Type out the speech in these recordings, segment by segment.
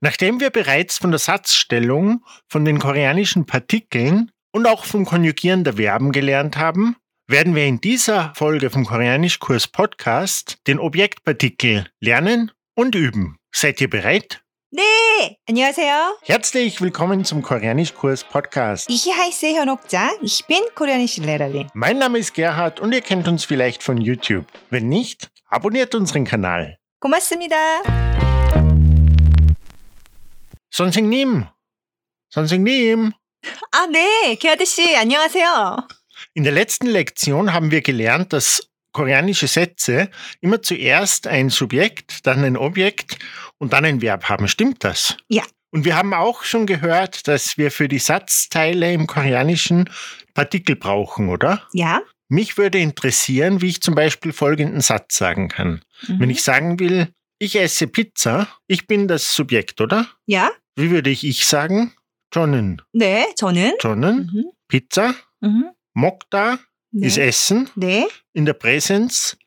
Nachdem wir bereits von der Satzstellung, von den koreanischen Partikeln und auch vom Konjugieren der Verben gelernt haben, werden wir in dieser Folge vom Koreanischkurs Podcast den Objektpartikel lernen und üben. Seid ihr bereit? 네, 안녕하세요. Herzlich willkommen zum Koreanischkurs Podcast. Ich heiße 현옥자. Ich bin koreanische Lehrerin. Mein Name ist Gerhard und ihr kennt uns vielleicht von YouTube. Wenn nicht, abonniert unseren Kanal. 고맙습니다. 선생님! 선생님! 아, 네, 게하드 씨, 안녕하세요. In der letzten Lektion haben wir gelernt, dass koreanische Sätze immer zuerst ein Subjekt, dann ein Objekt und dann ein Verb haben. Stimmt das? Ja. Und wir haben auch schon gehört, dass wir für die Satzteile im Koreanischen Partikel brauchen, oder? Ja. Mich würde interessieren, wie ich zum Beispiel folgenden Satz sagen kann. 음, Mhm. Wenn ich sagen will, ich esse Pizza, ich bin das Subjekt, oder? 야, Wie würde ich ich sagen? Johnnen, 네, 저는 Johnnen, 음, Pizza, 음, Mokda 네, ist Essen, 네, in der Präsens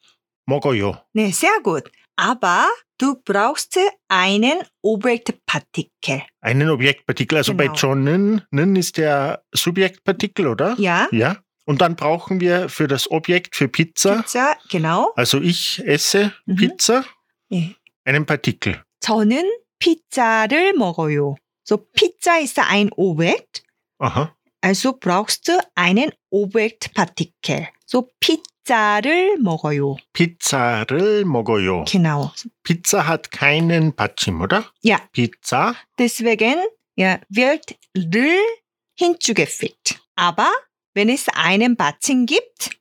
Mogoyo. 네, sehr gut. Aber du brauchst einen Objektpartikel. Einen Objektpartikel, also bei Genau. Johnnen nen ist der Subjektpartikel, oder? Ja, Ja. Und dann brauchen wir für das Objekt für Pizza, 자, genau. also ich esse Mhm. Pizza, 예. einen Partikel. 저는 피자를 먹어요. So, Pizza ist ein Objekt. Aha. Also brauchst du einen Objektpartikel. So Pizza를 먹어요. Pizza를 Mogoyo. Genau. Pizza hat keinen Pachim, oder? Ja. Pizza, Deswegen ja, wird 를 hinzugefügt. Aber wenn es einen Batzen gibt,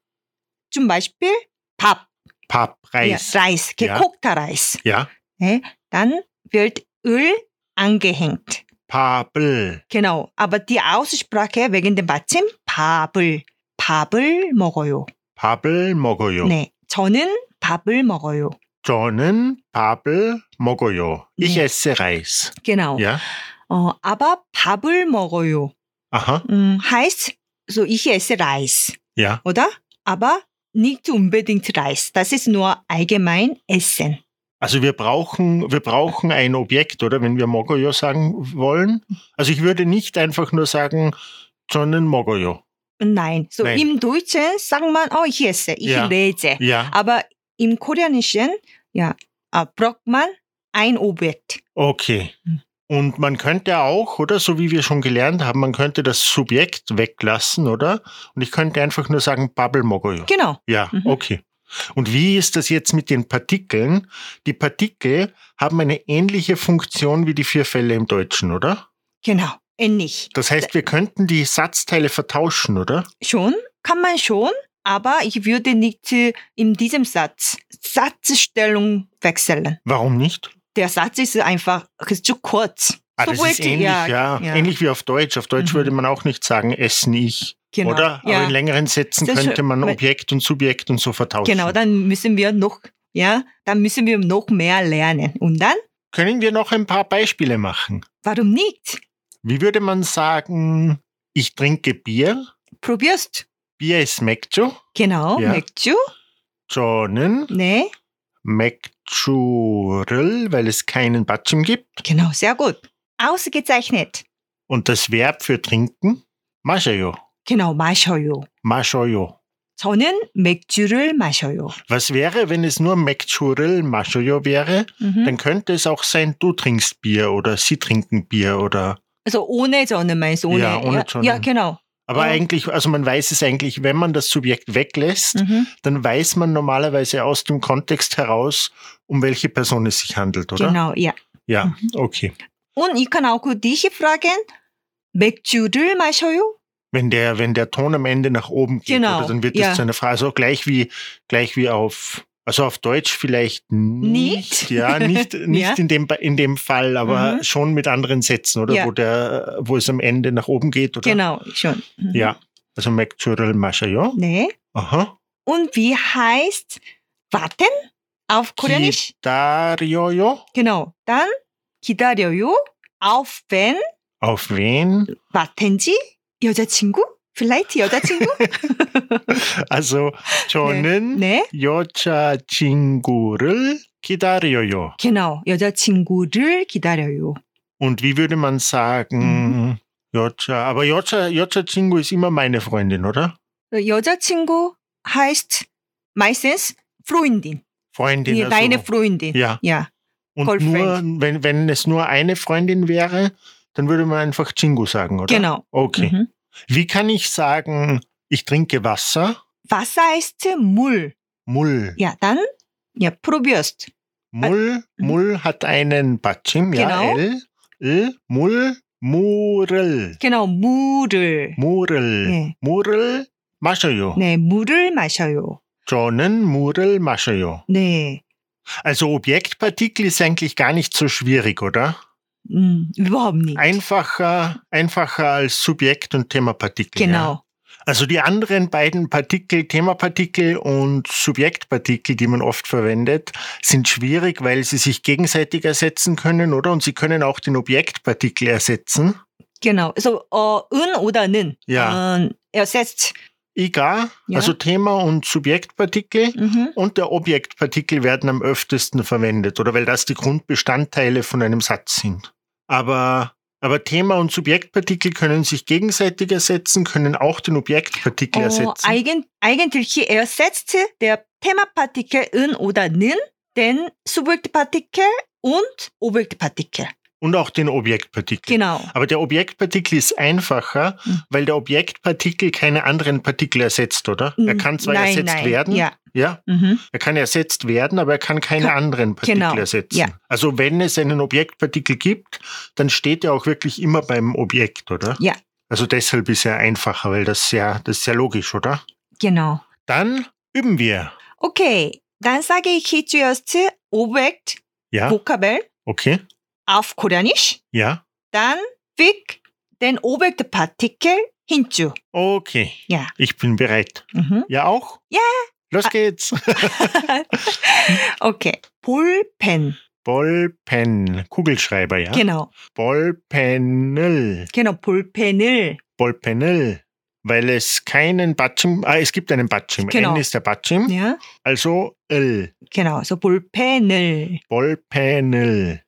zum Beispiel Pap, Pappreis. ja, Reis, Ja. gekochter Reis, Ja. 네, dann wird 을 angehängt. Papel. Genau. Aber die Aussprache wegen dem Batzen 밥을, 밥을 먹어요. Papel Mogoyo. 네. 저는 밥을 먹어요. Johnnen, Papel Mogoyo. Ich Ja. esse Reis. Genau. Ja. 어, aber 밥을 먹어요. Aha. 음, heißt, so ich esse Reis, Ja. oder? Aber nicht unbedingt Reis. Das ist nur allgemein Essen. Also wir brauchen, wir brauchen ein Objekt, oder? Wenn wir Mogoyo sagen wollen. Also ich würde nicht einfach nur sagen, Johnnen Mogoyo. Nein. So Nein. im Deutschen sagt man, oh, ich esse, ich Ja. lese. Ja. Aber im Koreanischen, ja, äh, braucht man ein Objekt. Okay. Mhm. Und man könnte auch, oder so wie wir schon gelernt haben, man könnte das Subjekt weglassen, oder? Und ich könnte einfach nur sagen, Bubble Mogoyo. Genau. Ja, Mhm. okay. Und wie ist das jetzt mit den Partikeln? Die Partikel haben eine ähnliche Funktion wie die vier Fälle im Deutschen, oder? Genau. Ähnlich. Das heißt, wir könnten die Satzteile vertauschen, oder? Schon, kann man schon, aber ich würde nicht äh, in diesem Satz Satzstellung wechseln. Warum nicht? der Satz ist einfach ist zu kurz. Ah, So das ist wollte- ähnlich, ja, ja. Ähnlich wie auf Deutsch. Auf Deutsch Mhm. würde man auch nicht sagen, essen ich, Genau. oder? Aber in Ja, längeren Sätzen Das ist- könnte man weil- Objekt und Subjekt und so vertauschen. genau, dann müssen wir noch, ja, dann müssen wir noch mehr lernen. Und dann, Können wir noch ein paar Beispiele machen? warum nicht? Wie würde man sagen, ich trinke Bier, Probierst. Bier ist Mekju, Genau, Ne? Ja. 맥주. Johnen Nee, Mekjurl, weil es keinen Batschim gibt. genau, sehr gut. Ausgezeichnet. Und das Verb für trinken, Mashayo, Genau, 마셔요. Mashoyo. 저는 맥주를 마셔요. Was wäre, wenn es nur Mekjurl, Mashoyo wäre? Mhm. Dann könnte es auch sein, du trinkst Bier oder sie trinken Bier oder. Also ohne 저는 meinst du? Ohne, Ja, ohne ja, 저는. ja, genau. Aber Ja. eigentlich, also man weiß es eigentlich, wenn man das Subjekt weglässt, Mhm. dann weiß man normalerweise aus dem Kontext heraus, um welche Person es sich handelt, oder? Genau, ja. Ja, okay. Und ich kann auch dich fragen, 맥주를 마셔요? Wenn der, wenn der Ton am Ende nach oben geht, Genau, oder, dann wird das ja. zu einer Frage. Also gleich wie, gleich wie auf, also auf Deutsch vielleicht nicht. Nicht? Ja, nicht, nicht Ja. In, dem, in dem Fall, aber Mhm. schon mit anderen Sätzen, oder? Ja. Wo der, wo es am Ende nach oben geht, oder? Genau, schon. Mhm. Ja. Also Mekchural Mashayo. 네. Aha. Und wie heißt warten auf Koreanisch? Darioyo. Genau. Dann 기다려요. Auf wen? Auf wen? warten지? 여자친구? Vielleicht 여자친구? Also 저는 네. 여자친구를 기다려요. Genau. 여자친구를 기다려요. Und wie würde man Mhm. sagen, Jocha? Aber Jocha, Jocha Chingu ist immer meine Freundin, oder? 여자친구 heißt meistens Freundin. Freundin. Die, also- deine Freundin. Ja. Ja. Und Girlfriend. nur, wenn, wenn es nur eine Freundin wäre, dann würde man einfach Chingu sagen, oder? genau. Okay. Mhm. Wie kann ich sagen, ich trinke Wasser? Wasser heißt Mull. Mull. Ja, dann ja, probierst. Mull, Mhm. Mull hat einen Batschim, ja, Genau. L, L, Mull, Murel, genau, 물을. Murel, 네. Murel, 마셔요. 네, 물을 마셔요. 저는 물을 마셔요. 네. Also Objektpartikel ist eigentlich gar nicht so schwierig, oder? 음, überhaupt nicht. Einfacher, einfacher als Subjekt und Themapartikel. Ja. genau. Also die anderen beiden Partikel, Themapartikel und Subjektpartikel, die man oft verwendet, sind schwierig, weil sie sich gegenseitig ersetzen können, oder? Und sie können auch den Objektpartikel ersetzen. Genau. So, 어, 은 오다는 Ja. 음, Ähm, ersetzt. Egal, Ja. also Thema und Subjektpartikel Mhm. und der Objektpartikel werden am öftesten verwendet, oder weil das die Grundbestandteile von einem Satz sind. Aber, aber Thema und Subjektpartikel können sich gegenseitig ersetzen, können auch den Objektpartikel 어, ersetzen. eigen, eigentlich ersetzt der Themapartikel 은 오다는 den Subjektpartikel und Objektpartikel. Und auch den Objektpartikel. Genau. Aber der Objektpartikel ist einfacher, Mhm. weil der Objektpartikel keine anderen Partikel ersetzt, oder? Er kann zwar Hm, nein, ersetzt nein. werden, Ja. ja, Mhm. er kann ersetzt werden, aber er kann keine Ka- anderen Partikel genau, ersetzen. ja. Also wenn es einen Objektpartikel gibt, dann steht er auch wirklich immer beim Objekt, oder? Ja. Also deshalb ist er einfacher, weil das ist ja, das ist ja logisch, oder? Genau. Dann üben wir. Okay. Dann sage ich hier zuerst Objekt, Ja, Vokabel okay. auf Koreanisch. Ja. Dann füg den Objektpartikel hinzu. Okay. Ja. Ich bin bereit. Mhm. Ja auch? Ja. Los geht's. Okay. Bullpen. Ballpen, Kugelschreiber, ja? Genau. Ballpenel. Genau. Bullpen을. Ballpenel. Weil es keinen Batschim, ah, es gibt einen Batschim. Genau. N ist der Batschim, Ja. also L. Genau. So Bullpen을. Ballpenel.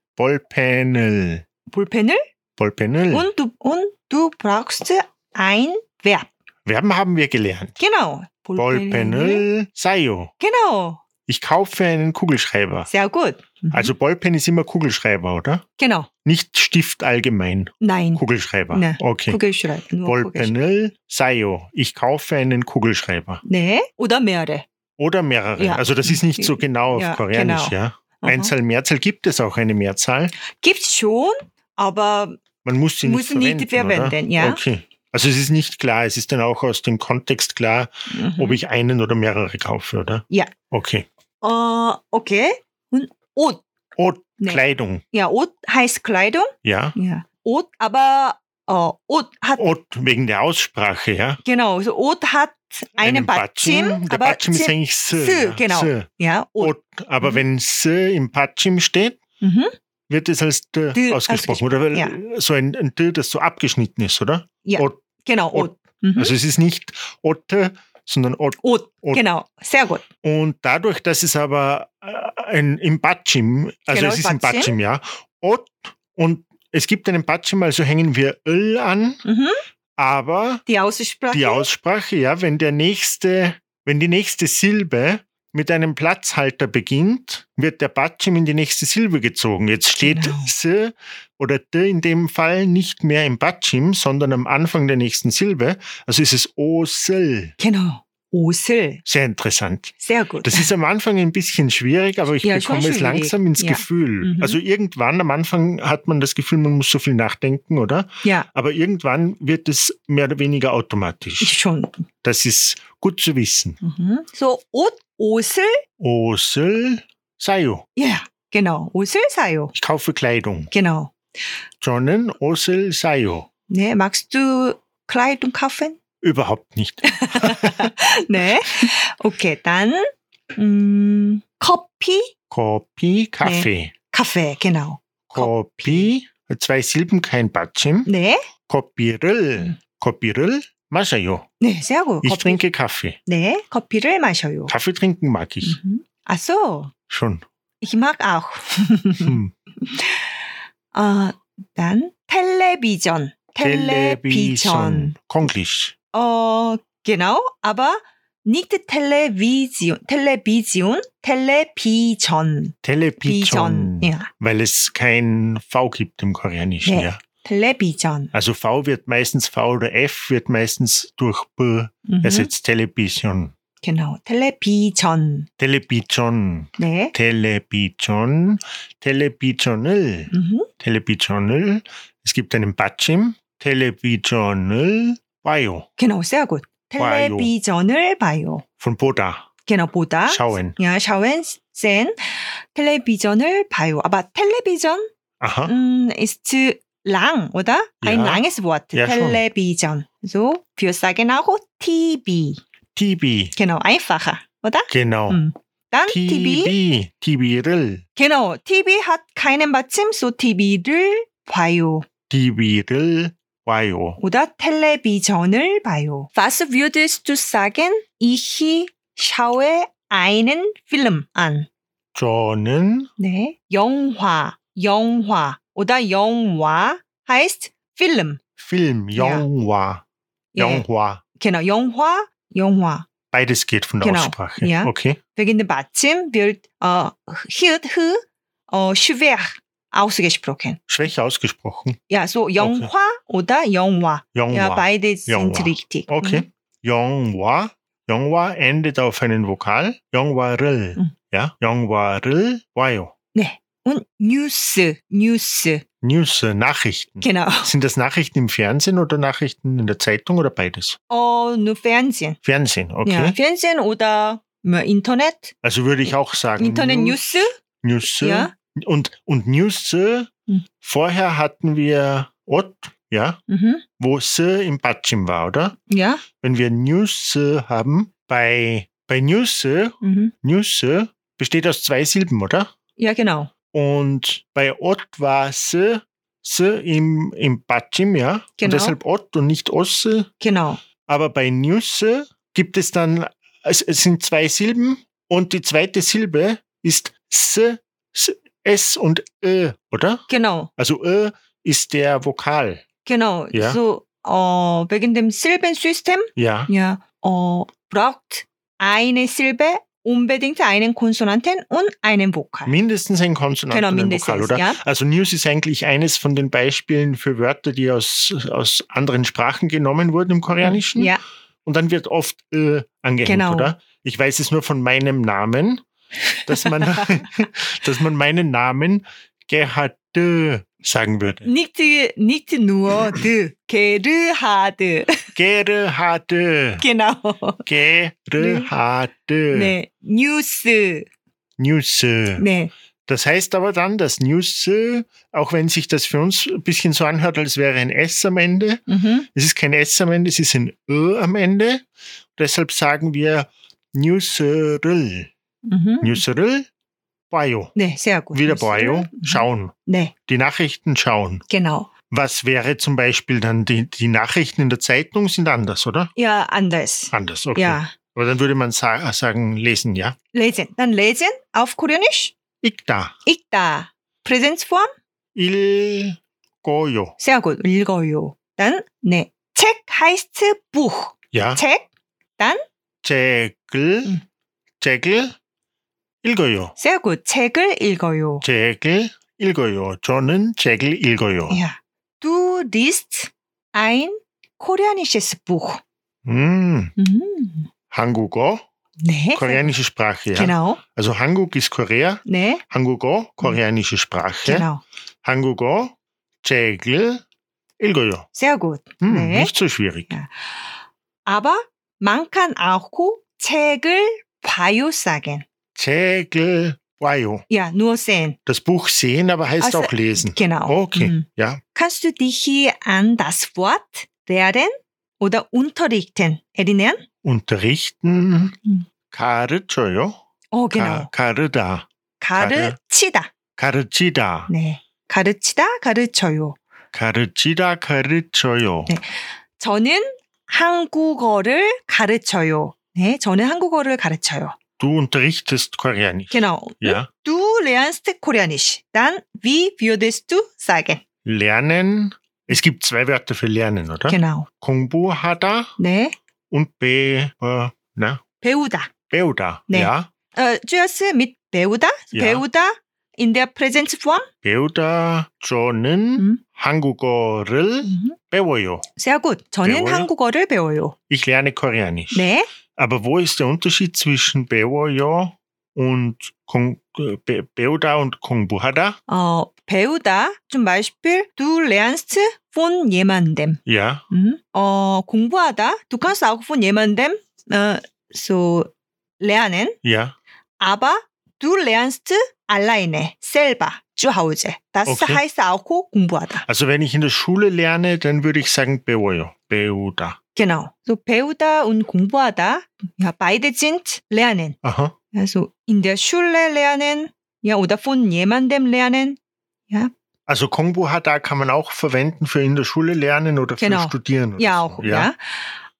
Ballpenel. Bullpen을. Ballpenel. Und du, und du brauchst ein Verb. Verben haben wir gelernt. Genau. Ballpenel. Sayo. Genau. Ich kaufe einen Kugelschreiber. Sehr gut. Mhm. Also Ballpen ist immer Kugelschreiber, oder? genau. Nicht Stift allgemein. Nein. Kugelschreiber. Ne. Okay. Kugelschreiber. Nur Kugelschreiber. Ballpenel. Sayo. Ich kaufe einen Kugelschreiber. Nee. Oder mehrere. Oder mehrere. Ja. Also das ist nicht so genau auf Ja, Koreanisch, genau. ja. Aha. Einzahl, Mehrzahl gibt es auch eine Mehrzahl. Gibt's schon, aber Man muss sie nicht muss verwenden. nicht verwenden. oder? Ja. Okay. Also es ist nicht klar, es ist dann auch aus dem Kontext klar, Mhm. ob ich einen oder mehrere kaufe, oder? Ja. Okay. 어, Äh, okay. Und 옷. Oh, Nee. Kleidung. Ja, 옷 heißt Kleidung. Ja. Ja. 옷, aber 어, 옷 hat Oh, wegen der Aussprache, ja. genau. So 옷 hat einen, Einen 받침, Der aber Batschim ist 침- eigentlich S. S, genau. S. ja, 옷. Ot. Aber Mhm. wenn S im Batschim steht, Mhm. wird es als D, D ausgesprochen, oder? Weil so ein, ein D, das so abgeschnitten ist, oder? Genau, 옷. Mhm. Also es ist nicht Otte, sondern Ott. 옷. 옷. Genau. Sehr gut. Und dadurch, dass es aber äh, ein, im Batschim, also Genau, es ist ein Batschim, Batschim. ja, Ott und es gibt einen Batschim, also hängen wir Öl an, Mhm. aber Die Aussprache. die Aussprache, ja, wenn der nächste, wenn die nächste Silbe mit einem Platzhalter beginnt, wird der Batschim in die nächste Silbe gezogen. Jetzt steht Genau. S oder D in dem Fall nicht mehr im Batschim, sondern am Anfang der nächsten Silbe. Also ist es Osel. genau. 옷을. Sehr interessant. Sehr gut. Das ist am Anfang ein bisschen schwierig, aber ich Ja, schon bekomme es schwierig. langsam ins Ja. Gefühl. Mhm. Also irgendwann am Anfang hat man das Gefühl, man muss so viel nachdenken, oder? ja, Aber irgendwann wird es mehr oder weniger automatisch. schon. Das ist gut zu wissen. Mhm. So 옷, 옷을. Osel Sayo. Ja, genau. 옷을 사요. Ich kaufe Kleidung. Genau. Johnnen Osel Sayo. 네, magst du Kleidung kaufen? Überhaupt nicht. 네. 오케이. 단, 음, 커피, Kopi, Kaffee. 카페, genau. Kopi, zwei Silben, kein Batschim. 네. Kopirl, Mhm. Kopirl, Masayo. 네, 세하고. Ich trinke Kaffee. 네, 커피를 마셔요. Kaffee trinken mag ich. 음. 아, so. Schon. Mhm. Ich mag auch. Hm. 아, 일단 텔레비전. 텔레비전. Konglisch. 어, genau, aber nicht Television, Television, Television. Television. Bijon, ja. Weil es kein V gibt im Koreanischen, Nee. ja. Television. Also V wird meistens V oder F wird meistens durch B Mhm. ersetzt. Television. Genau, Television. Television. 네. Television. Television을. Mhm. Television을. Es gibt einen Batschim. Television을. 봐요. Genau, sehr gut. 봐요. 텔레비전을 봐요. Von 보다. Genau, 보다. 예, Schauen. Ja, schauen, sehen. Television을 봐요. Aber Television Aha. 음, ist lang, oder? Ein Ja. langes Wort. Ja, schon. Television. So, wir sagen auch TV. TV. Genau, einfacher, oder? Genau. 음. Dann TV. TV. TV를. Genau, TV hat keinen 받침, so TV를 봐요. TV를 봐요. oder Television을 봐요. Was würdest du sagen? Ich schaue einen Film an. 저는 네. 영화, 영화 oder 영화 heißt Film. Film, Ja. Yonghua. 예, Yonghua. Genau, 영화, 영화. Beides geht von der Genau. Aussprache. Ja. Okay. wegen dem 받침 wird äh, hier, hier äh, schwer ausgesprochen. Schwäche ausgesprochen. Ja, so 영화 oder 영화. Ja, Yonghua. beide sind 영화. richtig. okay. Mhm. Yonghua. Yonghua endet auf einen Vokal. Yonghwa-ril. Mhm. Ja. Yonghwa-ril. Wayo. Und News, News, News, äh, Nachrichten. genau. Sind das Nachrichten im Fernsehen oder Nachrichten in der Zeitung oder beides? Oh, nur Fernsehen. Fernsehen, okay. Ja, Fernsehen oder 뭐, 인터넷? Also würde ich auch sagen. 인터넷 음, 뉴스? News. äh, Ja. Und, und News. äh, Mhm. Vorher hatten wir Ott, ja, Mhm. wo se im Batschim war, oder? Ja. wenn wir News äh, haben, bei, bei News, äh, Mhm. News äh, besteht aus zwei Silben, oder? Ja, genau. Und bei Ott war se, se im, im Batschim, ja? Und Genau. deshalb Ott und nicht Osse. Genau. Aber bei News äh, gibt es dann, es, es sind zwei Silben und die zweite Silbe ist se, se S und Ö, oder? Genau. Also Ö ist der Vokal, Genau. Ja. So, 어, wegen dem Silbensystem, ja? ja, 어, braucht eine Silbe unbedingt einen Konsonanten und einen Vokal. Mindestens ein Konsonant Genau, und ein Vokal, mindestens. oder? Ja. Also News ist eigentlich eines von den Beispielen für Wörter, die aus, aus anderen Sprachen genommen wurden im Koreanischen. Mhm. Ja. Und dann wird oft äh, angehängt, Genau. oder? Ich weiß es nur von meinem Namen, dass man, dass man meinen Namen Gerhard sagen würde. Nicht, nicht nur de, gerade. Gerhard. Genau. Gerhard. 네. 뉴스. News. 네. Das heißt aber dann, dass News, auch wenn sich das für uns ein bisschen so anhört, als wäre ein S am Ende, Mhm. Es ist kein S am Ende, es ist ein Ö am Ende. Deshalb sagen wir Newsrel. Mhm. Newsrel, Bio. 네, sehr gut. Wieder Bio, schauen. 네, Die Nachrichten schauen. genau. Was wäre zum Beispiel dann, die, die Nachrichten in der Zeitung sind anders, oder? Ja, anders. Anders, okay. Ja. Aber dann würde man sa sagen, lesen, ja. Lesen. Dann lesen auf Koreanisch. Ich da. Ich da. Präsenzform. Il goyo. Sehr gut. 읽어요. Dann, ne. 책 heißt Buch. Ja. 책. Zegel. Mhm. Zegel. Ilgoyo. Sehr gut. 책을 읽어요. Zegel. Ilgoyo. 저는 Zegel Ilgoyo. Ja. Du liest ein koreanisches Buch. Mm. Mhm. 한국어, Ne. koreanische Sprache. Ja. 네. Genau. Also Hanguk ist Korea, Ne. 한국어, koreanische Sprache. Genau. 한국어, 책을 읽어요. Sehr gut. Hm, Nee. Nicht so schwierig. Aber man kann auch 책을 봐요 sagen. 책을 봐요. Ja, nur sehen. Das Buch sehen, aber heißt Also, auch lesen. Genau. Okay, Mhm. ja. Kannst du dich hier an das Wort lehren oder unterrichten erinnern? Unterrichten, Mhm. 가르쳐요. 가, Oh, genau. 가르다. 가르치다. 가르치다. 네. 가르치다, 가르쳐요. 가르치다, 가르쳐요. 네. 저는 한국어를 가르쳐요. 네, 저는 한국어를 가르쳐요. Du unterrichtest Koreanisch. Genau. Ja. Du lernst Koreanisch. Dann, wie würdest du sagen? lernen. Es gibt zwei Wörter für lernen, oder? Genau. 공부하다 네. und 배, äh, na, 배우다. 배우다. 네. Ja, 어, 주어스 및 배우다. 야. 배우다. In der Present form. 배우다 저는 음. 한국어를 음. 배워요. Sehr gut. 저는 배워요? 한국어를 배워요. Ich lerne Koreanisch. 네. Aber wo ist der Unterschied zwischen Beoyo und Kong, äh, Be, Beoda und Kongbuhada? 어, 배우다. 좀 Beispiel. Du lernst von jemandem. Ja, 음. 어, 공부하다. Du kannst auch von jemandem 어, so lernen. ja. Aber du lernst alleine, selber, zu Hause. Das Okay. heißt auch 공부하다. Also wenn ich in der Schule lerne, dann würde ich sagen Beoyo, Beoda. Genau. So 배우다 und 공부하다. Ja, beide sind lernen. Aha. Also in der Schule lernen, ja, oder von jemandem lernen. Also Kongbuhada kann man auch verwenden für in der Schule lernen oder Genau. für Studieren. Oder Ja, so. auch, ja.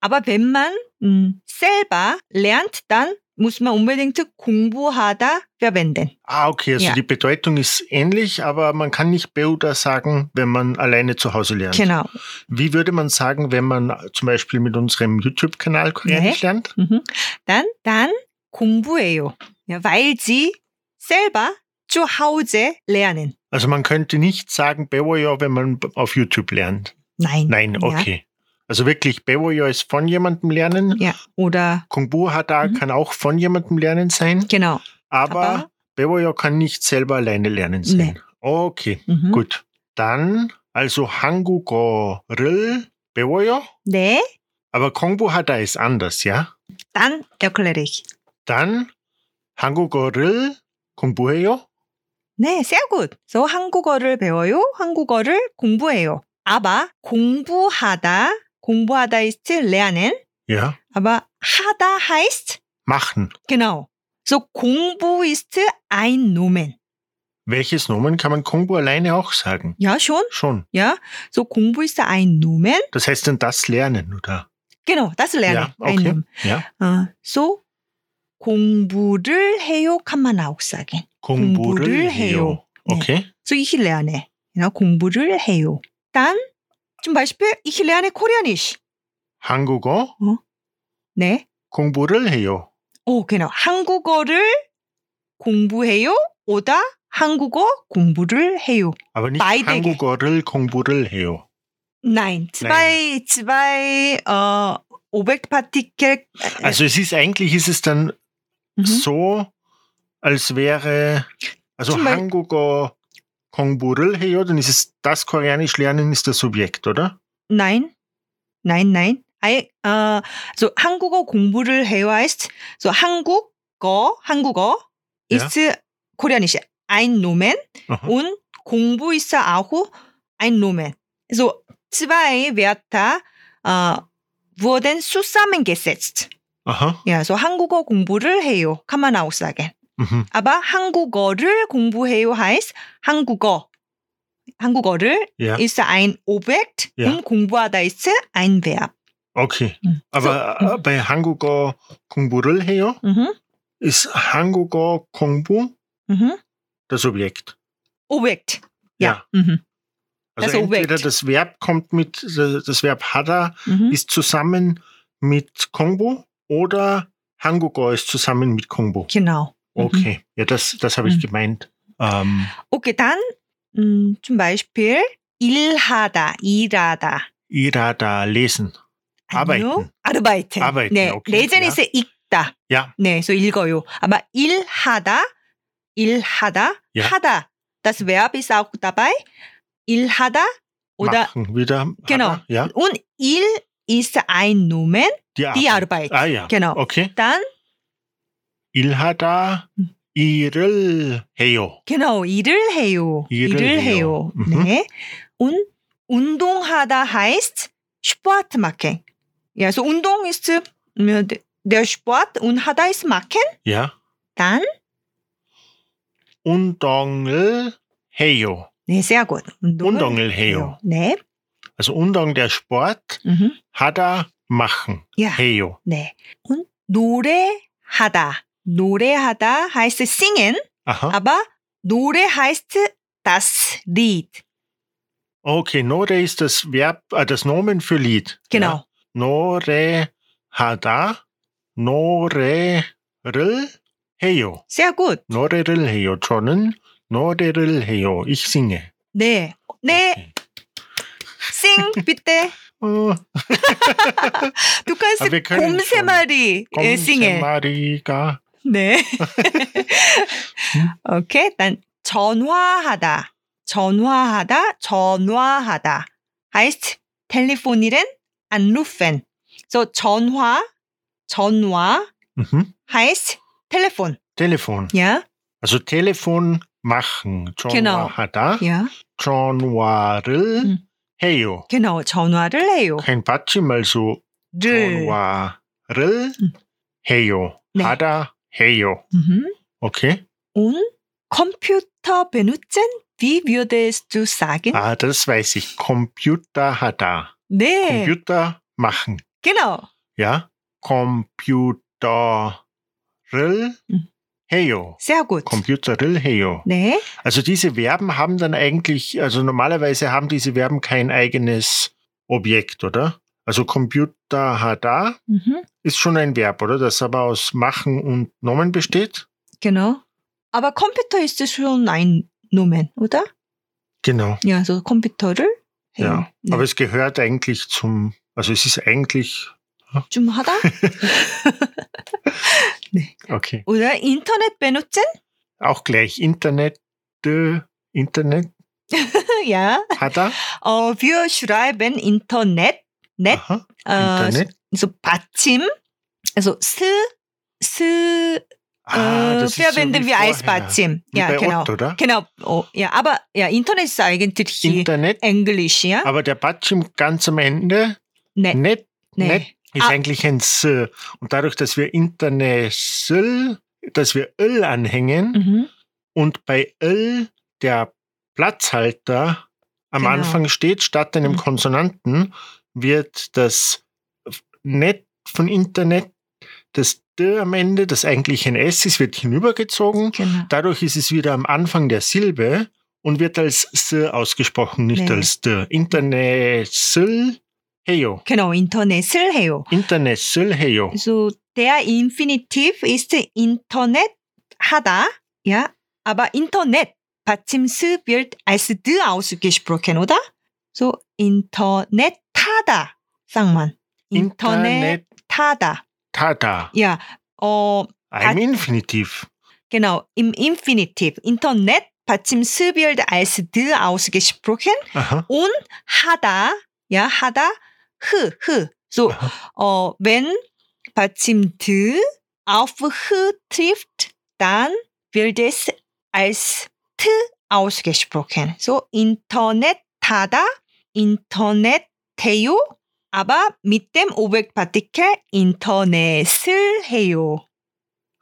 Aber wenn man 음, selber lernt, dann muss man unbedingt 공부하다 verwenden. Ah, okay, also Ja. die Bedeutung ist ähnlich, aber man kann nicht Beoda sagen, wenn man alleine zu Hause lernt. Genau. Wie würde man sagen, wenn man zum Beispiel mit unserem YouTube-Kanal Koreanisch lernt? Mhm. Dann, dann 공부해요. Ja, weil sie selber zu Hause lernen. Also man könnte nicht sagen Beoyo, wenn man b- auf YouTube lernt. Nein. Nein, Ja. okay. Also wirklich, Beoyo ist von jemandem lernen. Ja, oder Kungbu Hada Mhm. kann auch von jemandem lernen sein, genau. aber, aber- Beoyo kann nicht selber alleine lernen sein. Nee. Okay, Mhm. gut. Dann also Hangugo를 Beoyo, 네, aber Kongbu Hada ist anders, ja? dann erkläre ich. Dann Hangugo를 공부해요. 네, sehr gut. So 한국어를 배워요. 한국어를 공부해요. Aber 공부하다, 공부하다 ist lernen. Ja, Aber 하다 heißt machen. genau. So 공부 ist ein Nomen. Welches Nomen kann man Kongbu alleine auch sagen? Ja, schon. Schon. Ja. So 공부 ist ein Nomen. Das heißt denn das Lernen, oder? Genau, das lernen. Ja, okay. Ein Nomen. Ja. 어, so 공부를 해요 칸만 아홉 사겐. 공부를 해요. 네. Okay. So ich lerne. 나 공부를 해요. Dann zum Beispiel ich lerne Koreanisch. 한국어 네. 공부를 해요. 오, genau. 한국어를 공부해요. 오다 한국어 공부를 해요. Aber nicht Beide. 한국어를 공부를 해요. Nein, zwei, zwei, äh, Objektpartikel. Also es ist eigentlich ist es dann Mhm. so, als wäre also Zum Beispiel- 한국어 공부를 해요, dann ist es das Koreanisch lernen ist das Subjekt, oder? Nein, nein, nein. 아예 어, so 한국어 공부를 해요. heißt so 한국어 한국어 Ja. ist koreanisch ein Nomen Aha. und 공부 ist auch ein Nomen. So zwei Wörter 어, wurden zusammengesetzt. Aha. Ja, so 한국어 공부를 해요. kann man auch sagen. Mhm. Aber 한국어를 공부해요 heißt 한국어 한국어를 Ja. ist ein Objekt Ja. und 공부하다 ist ein Verb. Okay. 음. Aber Hm. So, äh, bei 한국어 공부를 해요 Mhm, ist 한국어 공부 mhm. das Subjekt. Objekt. Ja. Ja. Mhm. Also Das Objekt. entweder das Verb kommt mit, äh, das Verb hada Mhm. ist zusammen mit Kongbo oder Hangugo ist zusammen mit Kongbo. Genau. Mhm. Okay, ja, das, das habe ich Mhm. gemeint. Ähm, Okay, dann 음, zum Beispiel 일하다, 일하다. Irada lesen. 아니요. Arbeiten. Arbeiten. Arbeiten, 네, okay. lesen Ja. ist 읽다. Ja. 네, so 읽어요. 아마 일하다, 일하다, Ja. 하다. Das Verb ist auch dabei. 일하다 oder machen wieder. Hada, Genau. Ja, Und il ist ein Nomen, die die Arbeit. Arbeit. Ah ja. Genau. Okay. Dann, Ilhada Mhm. iril heyo. genau, 일을 해요. 일을 해요. Mhm. 네. Und 운동하다 heißt Sport machen. Ja, also Untung ist äh, der Sport und 네, 하다 ist machen. Ja. Dann, Undongl heyo. 네, sehr gut. 운동을 Undongl 해요. heyo. 네. Also Undong der Sport, Mhm. hada machen. Ja, Heyo. 네. Und 노래하다. 노래하다 heißt singen, Aha. aber 노래 heißt das Lied. Okay, Nore ist das Verb, äh, das Nomen für Lied. Ja. Genau. Nore hada, Nore ril heyo. Sehr gut. Nore ril heyo. 저는 노래를 해요. Ich singe. 네. 네. Okay. Oh, Sing, bitte. 어, Du kannst Aber wir können schon. 곰새마리 äh, singen. 마리가 네. 오케이. 난 전화하다. 전화하다. 전화하다. heißt telefonieren anrufen. So 전화 전화 mhm. heißt Telefon. Telefon. Ja? Also Telefon machen. Genau. 전화하다. Ja. 전화를 음. 해요. genau. 어, 전화를 해요. Kein 받침 also 를. 전화를 음. 해요. 네. 하다 해요. Mhm. Okay. Und Computer benutzen? Wie würdest du sagen? Ah, das weiß ich. Computer hada. nee. Computer machen. genau. Ja. Computer를 음. 해요. Sehr gut. Computer를 해요. 네. Also diese Verben haben dann eigentlich, also normalerweise haben diese Verben kein eigenes Objekt, oder? Also Computer hada Mhm. ist schon ein Verb, oder? Das aber aus machen und Nomen besteht. Genau. Aber Computer ist schon ein Nomen, oder? Genau. Ja, so Computer를 해요. Ja. 네. Aber es gehört eigentlich zum, also es ist eigentlich, 좀 하다? okay. Oder Internet benutzen? Auch gleich Internet, äh, Internet ja. hat er. 어, wir schreiben Internet. Net. äh, Aha, 어, Internet. so 받침. Also 스, 스, Ah, äh, das ist so verwenden wie wir als vorher. Badsim. Wie Ja, bei genau. Otto, oder? Genau. Oh, ja, aber ja, Internet ist eigentlich Internet, Englisch, ja? aber der Batschim ganz am Ende, Net. net, Nee. net ist Ah. eigentlich ein S. Und dadurch, dass wir Internet, dass wir Öl anhängen Mhm. und bei Öl der Platzhalter am Genau. Anfang steht, statt einem Mhm. Konsonanten, wird das Net von Internet, das D am Ende, das eigentlich ein S ist, wird hinübergezogen. Genau. Dadurch ist es wieder am Anfang der Silbe und wird als S ausgesprochen, nicht Nee. als D. International heyo. Genau, Internet을 해요. International heyo. So, der Infinitiv ist Internet 하다. Ja, aber Internet. 받침스 wird als D ausgesprochen, oder? So, Internet 하다. Sag mal. Internet 하다. Tada. Ja, 어, Ein Infinitiv. genau, im Infinitiv. Internet 받침스 wird als D ausgesprochen. Aha. und 하다, ja, 하다, 흐, 흐. So, 어, wenn 받침 드 auf 흐 trifft, dann wird es als t ausgesprochen. So, Internet 하다, Internet 해요, aber mit dem Objektpartikel Internet을 해요.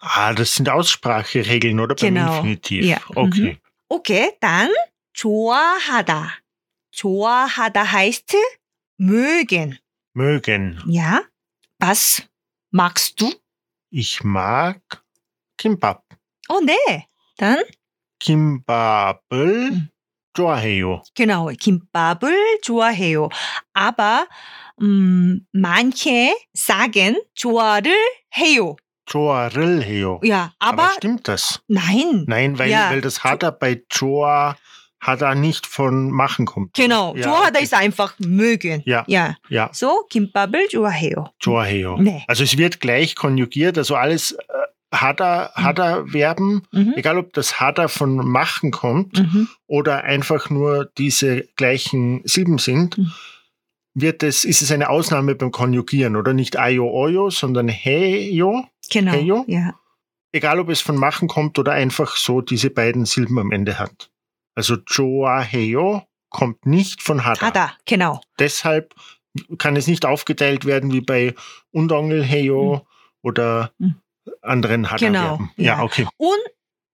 Ah, das sind Ausspracheregeln, oder? Beim Genau. Infinitiv. Ja. Okay. Okay, dann 좋아하다. 좋아하다 heißt mögen. Mögen. Ja, was magst du? Ich mag Kimbab. Oh nee, dann Kimbabel Mhm. 좋아해요. genau, Kimbab을 좋아해요. Aber 음, manche sagen 좋아를 해요. 좋아를 네. 해요. Ja, aber, stimmt das? nein. Nein, weil, Ja. weil das Hada bei Joa Hada nicht von machen kommt. Genau, Ja, 좋아하다 okay. ist einfach mögen. Ja. ja. Ja, So, Kimbab을 좋아해요. 좋아해요. 네. Also es wird gleich konjugiert, also alles äh, Hada, Hada Verben, Mhm. egal ob das Hada von machen kommt Mhm. oder einfach nur diese gleichen Silben sind, Mhm. wird es, ist es eine Ausnahme beim Konjugieren, oder? Nicht Ayo Oyo, sondern Heyo. Genau. 해요? Ja. egal ob es von machen kommt oder einfach so diese beiden Silben am Ende hat. Also Joa Heyo kommt nicht von Hada. 하다, genau. Deshalb kann es nicht aufgeteilt werden wie bei Undongel Heyo oder Mhm. anderen Hada. Genau, Ja, ja. okay. 온,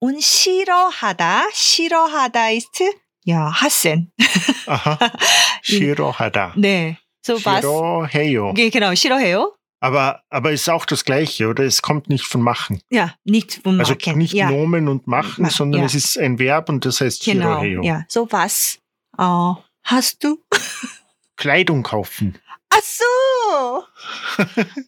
온 싫어하다, 싫어하다 ist ja hassen. Aha. Shiro Hada. 네. So was Shiro Heyo. 네, genau, 싫어해요. Aber, aber ist auch das Gleiche, oder? Es kommt nicht von machen. Ja, nicht von Also Marken. nicht ja, Nomen und machen, Machen, sondern ja. es ist ein Verb und das heißt Shiro genau. Heyo. Ja, so was. 어, Hast du? Kleidung kaufen. 아, 쏘!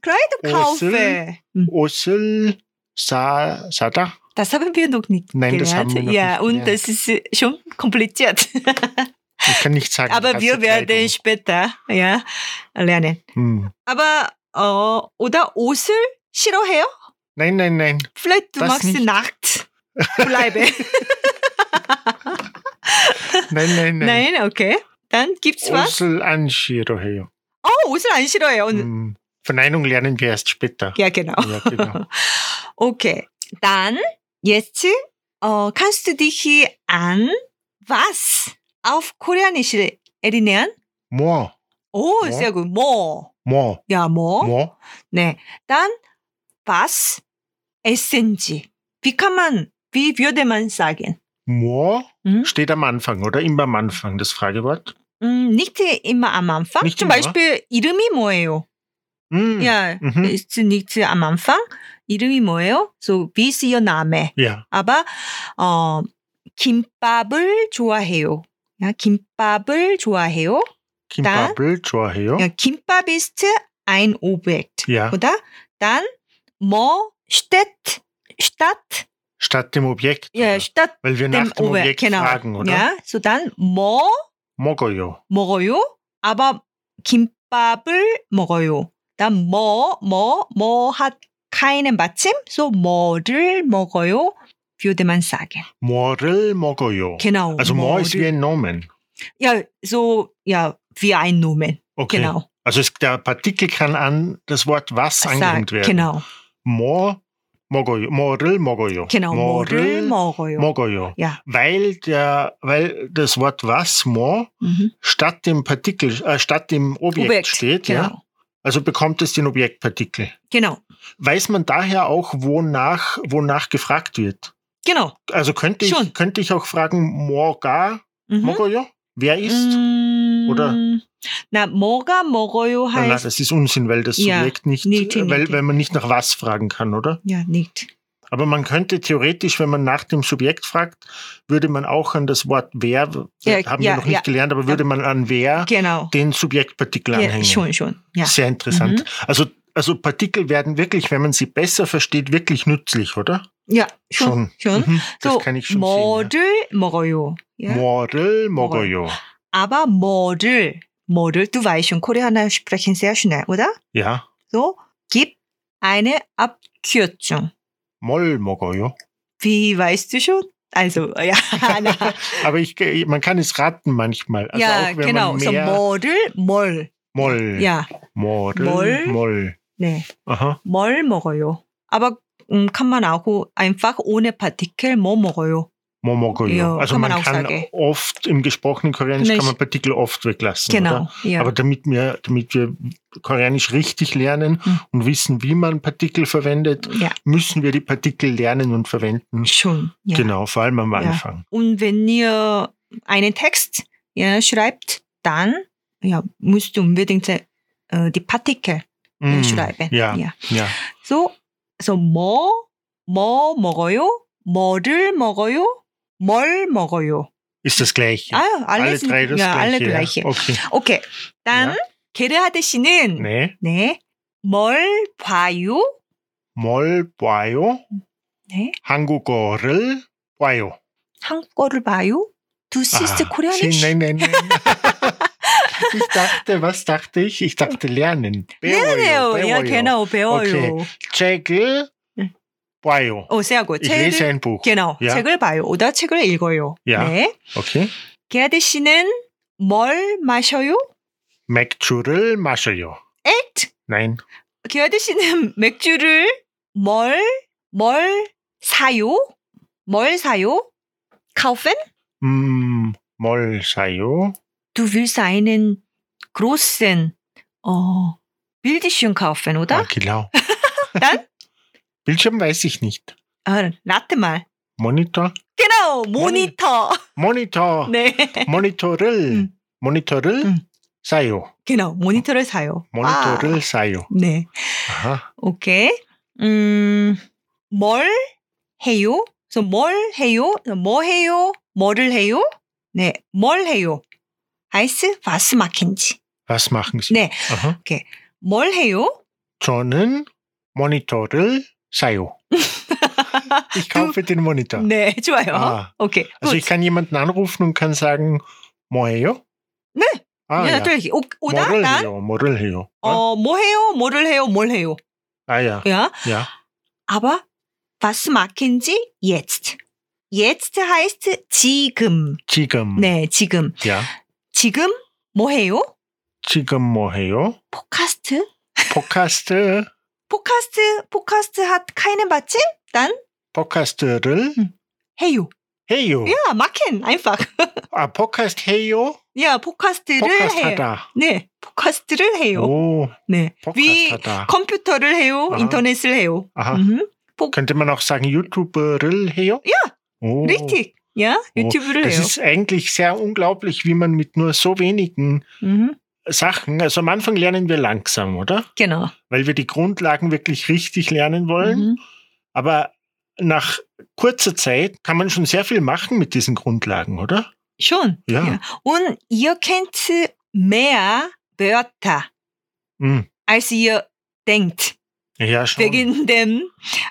Kleidung Oh, kaufe. Hm. Osel sa, sada? Das haben wir noch nicht Nein, das gelernt. haben wir noch ja, nicht und gelernt. das ist äh, schon kompliziert. Ich kann nicht sagen. Aber was wir für werden Kleidung. später ja, lernen. Hm. Aber, 어, oder 옷을 싫어해요? Nein, nein, nein. Vielleicht du Das magst nicht. nackt bleiben. Nein, nein, nein. Nein. okay. Dann gibt's was? Osel an Shiroheo. Oh, 옷을 안 싫어해요. 오늘. Hm. Verneinung lernen wir erst später. Ja, genau. Ja, genau. Okay. Dann, jetzt, 어, kannst du dich an was auf Koreanisch erinnern? Mo, Oh, 뭐? sehr gut. 뭐. mo, Ja, 뭐. mo. 네. Dann, was essen Sie? Wie kann man, wie würde man sagen? Mo 음? steht am Anfang, oder? Immer am Anfang, das Fragewort. 음, nicht immer am Anfang. Nicht Zum immer? Beispiel, 이름이 뭐예요? Hm. Ja, Äh, Mhm. ist nicht am Anfang. 이름이 뭐예요? So, wie ist Ihr Name? Ja. Aber, 어, 김밥을 좋아해요. Ja, 김밥을 좋아해요. Da? Kimbabel, Joaheo. Ja, 김밥 ist ein Objekt. Ja. Oder? Dann, 뭐, Stadt, Stadt, Stadt dem Objekt. ja, oder? Stadt Weil wir nach dem dem Objekt, Objekt genau. fragen, oder? Ja, so dann, 뭐, Mogoyo. 먹어요? aber 김밥을 먹어요. 난 뭐, 뭐, 뭐 hat keinen 받침? so 뭐를 먹어요? würde man sagen. 어. Morel Mogoyo. Genau. Also Mo ist wie 뭐를. ein Nomen. ja, so, ja, wie ein Nomen. Okay. Genau. Also es, der Partikel kann an das Wort was Sag, angehängt werden. genau. Mo Mogoyo. Morel Mogoyo. Genau. 뭐를 먹어요? Mogoyo. ja. Weil, der, weil das Wort was, Mo, Mhm. statt dem Partikel, äh, statt dem Objekt, steht, genau. ja. Also bekommt es den Objektpartikel. Genau. Weiß man daher auch, wonach, wonach gefragt wird? Genau. Also könnte Schon. ich, könnte ich auch fragen, Morga, Mhm. Mogoyo? Wer ist? 음, oder? 나 뭐가 먹어요 Nein, nein, heißt das ist Unsinn, weil das Ja, Subjekt nicht, nicht hin- weil, weil man nicht nach was fragen kann, oder? ja nicht. Aber man könnte theoretisch, wenn man nach dem Subjekt fragt, würde man auch an das Wort wer, äh, Ja, haben ja, wir noch nicht ja. gelernt, aber würde man an wer Genau. den Subjektpartikel Ja, anhängen. schon, schon. Ja. Sehr interessant. Mhm. Also, also Partikel werden wirklich, wenn man sie besser versteht, wirklich nützlich, oder? Ja, schon. schon. Mhm, das so, kann ich schon 뭐를 sehen. 먹어요. 예? Ja. Morel Mogoyo. Aber 뭐를, 뭐를, du weißt schon, Koreaner sprechen sehr schnell, oder? Ja. So, gib eine Abkürzung. Mol Mogoyo. Wie weißt du schon? Also, ja, na, Aber ich, äh, man kann es raten manchmal. Also ja, auch wenn genau. man So, mehr Hm. 뭐를, 뭘. Moll. Ja, Moll. Moll. Moll. 네. Aha. 뭘 먹어요? Aber 음, kann man auch einfach ohne Partikel 뭐 먹어요? Momogoyo. Ja, also kann man, man auch kann sagen. oft im gesprochenen Koreanisch Nicht. kann man Partikel oft weglassen. Genau, Oder? ja. Aber damit wir, damit wir Koreanisch richtig lernen Hm. und wissen, wie man Partikel verwendet, ja, müssen wir die Partikel lernen und verwenden. schon. Ja. Genau, vor allem am Ja. Anfang. Und wenn ihr einen Text ja, schreibt, dann ja, musst du unbedingt äh, die Partikel äh, Mm, schreiben. Ja, Ja. ja. So, so 뭐, 뭐 먹어요? 뭐를 먹어요? 뭘 먹어요? Ist das gleiche. 아, alle alles, drei das ja, gleiche. alle ja. gleiche. Okay. 오케이. 단, Ja. 게르하드 씨는 네. Nee. 뭘 봐요? Mol boyo. 네. Hangugorel boyo. 한국어를 봐요? Du siehst Ah, Koreanisch? Nein, nein, nein. ich dachte, was dachte ich? Ich dachte lernen. 배워요. 야, 네, genau, 배워요. Okay. Chegel, 응. 봐요. 오, 세하고 Ich lese 책을 ein Buch. genau 야. 책을 봐요. 오다 책을 읽어요. 야. 네. Okay. 게아드 씨는 뭘 마셔요? 맥주를 마셔요. 액. Nein. 게아드 씨는 맥주를 뭘 뭘 사요? 뭘 사요? Kaufen? Mm, 뭘 사요? Du willst einen großen 어 Bildschirm kaufen, Ah, oder? genau. Dann? Bildschirm weiß ich nicht. 아, 라떼 말. Monitor? genau, 모니터. Monitor. 네. Monitorel. 응. Monitorel 응. 사요. genau, 모니터를 사요. Monitorel 아, 사요. 네. Aha. 오케이. 음, 뭘 해요? 그래서 뭘 해요? 뭐 해요? 뭐를 해요? 네, 뭘 해요? heißt, was machen Sie? Was machen Sie? 네. Aha. 뭘 해요? 저는 모니터를 사요. Ich kaufe den Monitor. 네, 좋아요. 아. 오케이. Also ich kann jemanden anrufen und kann sagen, Ah, 뭐해요? 네. 아, 네, 야. natürlich. 오, oder 뭐를 dann, Oh. 해요? 뭐를 해요? 어? 어, 뭐 해요? 뭐를 해요? 뭘 해요? 아, Ah, ja. Ja. Ja. Aber was machen Sie jetzt? Jetzt heißt 지금. 지금. 네, 지금. Ja. 지금 뭐 해요? 지금 뭐해요? 포카스트? 팟캐스트, 포카스트, 포카스트 hat keinen 받침? 단 팟캐스트를 해요. 해요. Ja, machen einfach. 아, 팟캐스트 해요? Ja, 포카스트를 팟캐스트 해요. 하다. 네, 포카스트를 해요. 오, 네. 팟캐스트 위 하다. 컴퓨터를 해요. 아하. 인터넷을 해요. 아하. 음. Könnte man auch sagen, YouTuber를 해요? Ja, Oh, Richtig. Ja, 유튜브를 Das 해요. ist eigentlich sehr unglaublich, wie man mit nur so wenigen 음. Sachen, also am Anfang lernen wir langsam, oder? Genau. Weil wir die Grundlagen wirklich richtig lernen wollen. Mhm. Aber nach kurzer Zeit kann man schon sehr viel machen mit diesen Grundlagen, oder? Schon. Ja. Und ihr kennt mehr Wörter, Hm. als ihr denkt. Ja, schon. Wegen dem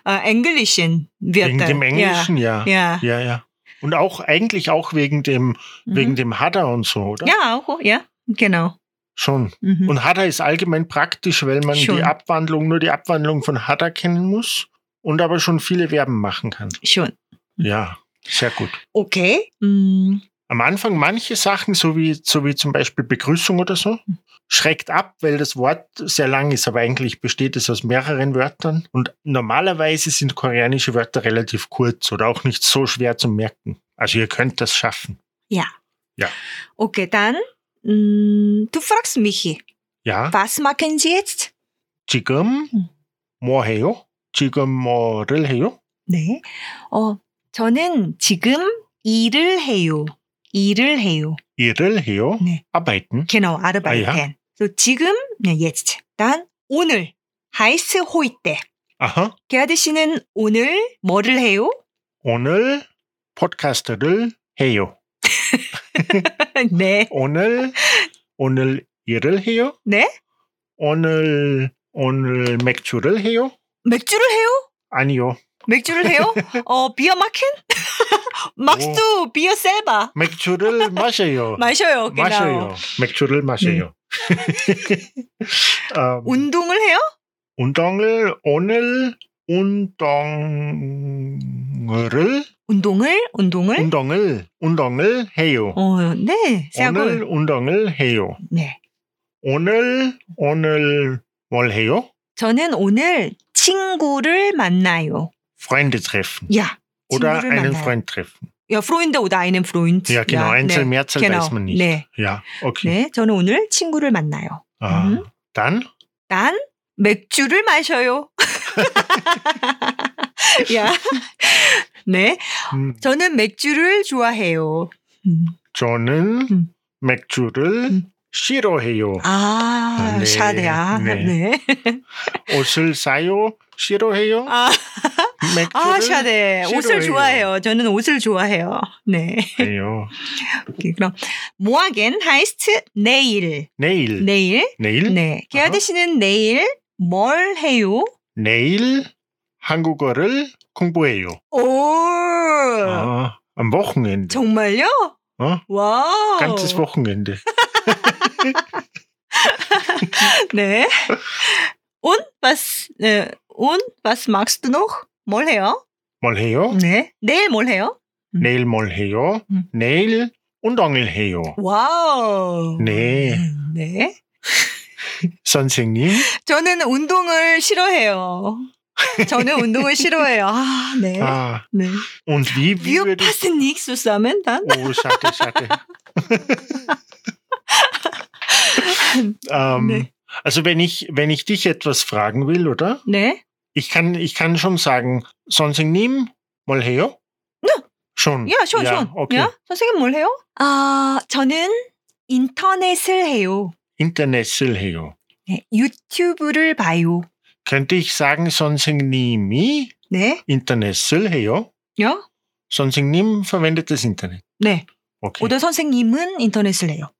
äh, englischen Wörter. Wegen dem Englischen, ja. Ja. Ja, ja. ja. Und auch eigentlich auch wegen dem, Mhm. wegen dem Hadder und so, oder? ja, auch, ja, genau. Schon. Mhm. Und Hadda ist allgemein praktisch, weil man Schon. die Abwandlung, nur die Abwandlung von Hadda kennen muss und aber schon viele Verben machen kann. Schon. Ja, sehr gut. Okay. Mm, Am Anfang manche Sachen, so wie, so wie zum Beispiel Begrüßung oder so, schreckt ab, weil das Wort sehr lang ist, aber eigentlich besteht es aus mehreren Wörtern. Und normalerweise sind koreanische Wörter relativ kurz oder auch nicht so schwer zu merken. Also ihr könnt das schaffen. Okay, dann mm, du fragst mich, Ja, was machen Sie jetzt? 지금 뭐 해요? 지금 뭐를 해요? 네. 어, 저는 지금 일을 해요. 일을 해요. 일을 해요? 네. Arbeiten. Genau, arbeiten. Ah, So, 지금, 네, jetzt. 난 오늘, heißt heute. Aha. 그 게아드 씨는 오늘 뭐를 해요? 오늘 팟캐스트를 해요. 네. 오늘 오늘 일을 해요. 네? 오늘 오늘 맥주를 해요. 맥주를 해요? 아니요. 맥주를 해요? 어, 비어 마켄? 막스도 비어 셀바. 맥주를 마셔요. 마셔요. 그냥. 마셔요. 맥주를 마셔요. 음, 운동을 해요? 운동을 오늘 운동을 운동을, 운동을. 운동을 운동을 해요. 어, 네. 오늘 세아골. 운동을 해요. 네. 오늘 오늘 뭘 해요? 저는 오늘 친구를 만나요. Freunde treffen. 야. Oder 친구를 einen 만나요. Freund treffen. 야, 프로인데 오다 아이는 프로인트. Ja, genau. Einzel, Mehrzahl Genau. weiß man nicht. 네. Ja, okay. 네. 저는 오늘 친구를 만나요. Ah. Mhm. Dann, 난 맥주를 마셔요. 야. 네. hm, 저는 맥주를 좋아해요. 음. 저는 음. 맥주를 음. 싫어해요. 아, 네, 샤드야. 네. 네. 옷을 사요. 싫어해요. 아, 아, 맥주를 샤드. 옷을 싫어해요. 좋아해요. 저는 옷을 좋아해요. 네. 해요. 오케이, 그럼 모하겐 하이스트 내일. 내일. 내일. 내일. 네. 음? 게아드 아하. 씨는 내일 뭘 해요? 내일 한국어를 공부해요. 오. Ah, am Wochenende. 정말요? 어? 와우. Ganzes Wochenende. 네. 온 was 네. 온 was magst du noch? 뭘 해요? 뭘 해요? 네. 내일 뭘 해요? 내일 뭘 해요? 음. 내일 운동을 해요. Hm. 와우. 네. 음, 네. 선생님, 저는 운동을 싫어해요. 저는 운동을 싫어해요. 아, 네. 아, 네. Und wie, wie Wir würde ich... passen nicht zusammen dann. Oh, schade, schade. ähm, Nee. Also wenn ich, wenn ich dich etwas fragen will, oder? 네. Ich kann, ich kann schon sagen, 선생님, mal her? Schon. 야, schon, schon. Okay. 야, 선생님 뭘 해요? 아, 저는 인터넷을 해요. Internet을 해요. 네. 유튜브를 봐요. Könnte ich sagen, 선생님이 네. Internet을 해요? 요? 선생님 verwendet das Internet. 네. Okay. 오더 선생님은 인터넷을 해요.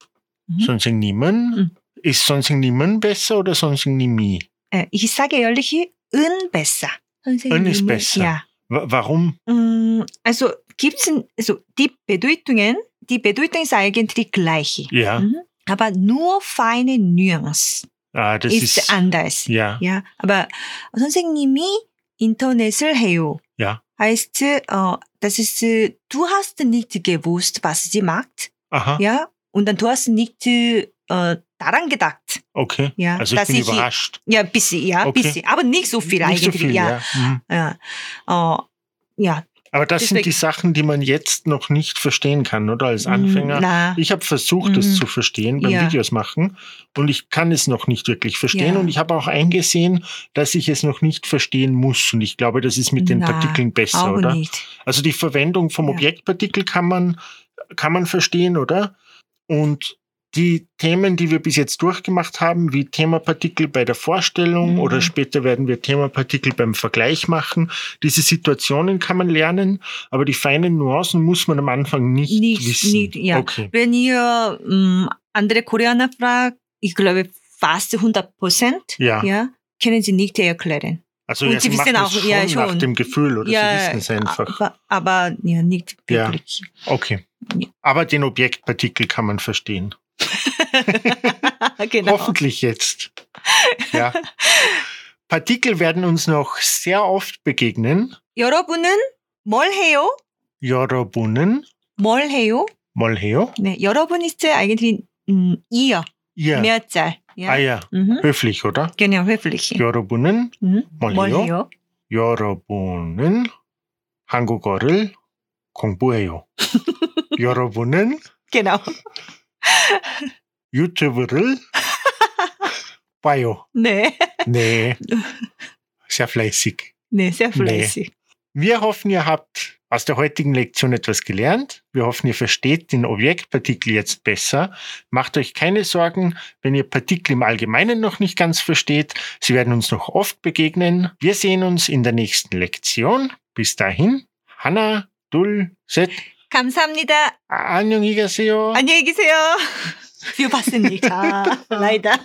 Mhm. 선생님은 음. ist 선생님은 besser oder sonstignimi? 예, Ich sage ehrlich, 은 besser. Ön ist 선생님은- besser. Ja. Warum? Ähm, also gibt's n- also die Bedeutungen, die Bedeutung ist eigentlich gleich, Ja, Mhm. aber nur feine Nuance ah, das ist, ist, anders. ja, Ja, aber 선생님이 인터넷을 해요. Ja. Heißt, äh, das ist, äh, du hast nicht gewusst, was sie macht, aha, ja, und dann du hast nicht äh, daran gedacht, okay. ja, Also ich bin überrascht. ja, bisschen, ja, Okay. bisschen, aber nicht so viel Nicht eigentlich, so viel, ja. Mhm. ja, ja, äh, ja. Aber das sind Deswegen- die Sachen, die man jetzt noch nicht verstehen kann, oder als Mm, Anfänger. Na, Ich habe versucht, Mhm. es zu verstehen beim Ja. Videos machen und ich kann es noch nicht wirklich verstehen Ja. und ich habe auch eingesehen, dass ich es noch nicht verstehen muss und ich glaube, das ist mit den Na, Partikeln besser, auch oder? nicht. Also die Verwendung vom Ja. Objektpartikel kann man, kann man verstehen, oder? Und die Themen, die wir bis jetzt durchgemacht haben, wie Themapartikel bei der Vorstellung Mhm. oder später werden wir Themapartikel beim Vergleich machen, diese Situationen kann man lernen, aber die feinen Nuancen muss man am Anfang nicht, Nicht- wissen. nicht, ja. Okay. Wenn ihr ähm, andere Koreaner fragt, ich glaube fast 100 Prozent, Ja. ja, können sie nicht erklären. Also Und ja, sie sie, wissen machen es auch- schon ja, nach schon. dem Gefühl oder ja, äh, sie wissen es einfach. Aber, aber ja, nicht Ja. wirklich. Okay. Ja. Aber den Objektpartikel kann man verstehen. genau. Hoffentlich jetzt. Ja. Partikel werden uns noch sehr oft begegnen. 여러분은 뭘 해요? 여러분은 뭘 해요? 뭘 해요? 네, 여러분 ist eigentlich 음, ihr, Ihr. Mehrzahl. Ja. Ah ja, Mhm. höflich, oder? Genau, höflich. 여러분은 음, 뭘 해요? 여러분은 한국어를 공부해요. 여러분은 Genau. 유튜브를 봐요. 네. Nee. Sehr fleißig. 네, sehr fleißig. Wir hoffen, ihr habt aus der heutigen Lektion etwas gelernt. Wir hoffen, ihr versteht den Objektpartikel jetzt besser. Macht euch keine Sorgen, wenn ihr Partikel im Allgemeinen noch nicht ganz versteht. Sie werden uns noch oft begegnen. Wir sehen uns in der nächsten Lektion. Bis dahin, Hanna, Dul, Set, 감사합니다. 안녕, 이가세요. 안녕히 계세요. 뷰 봤습니까? 라이다.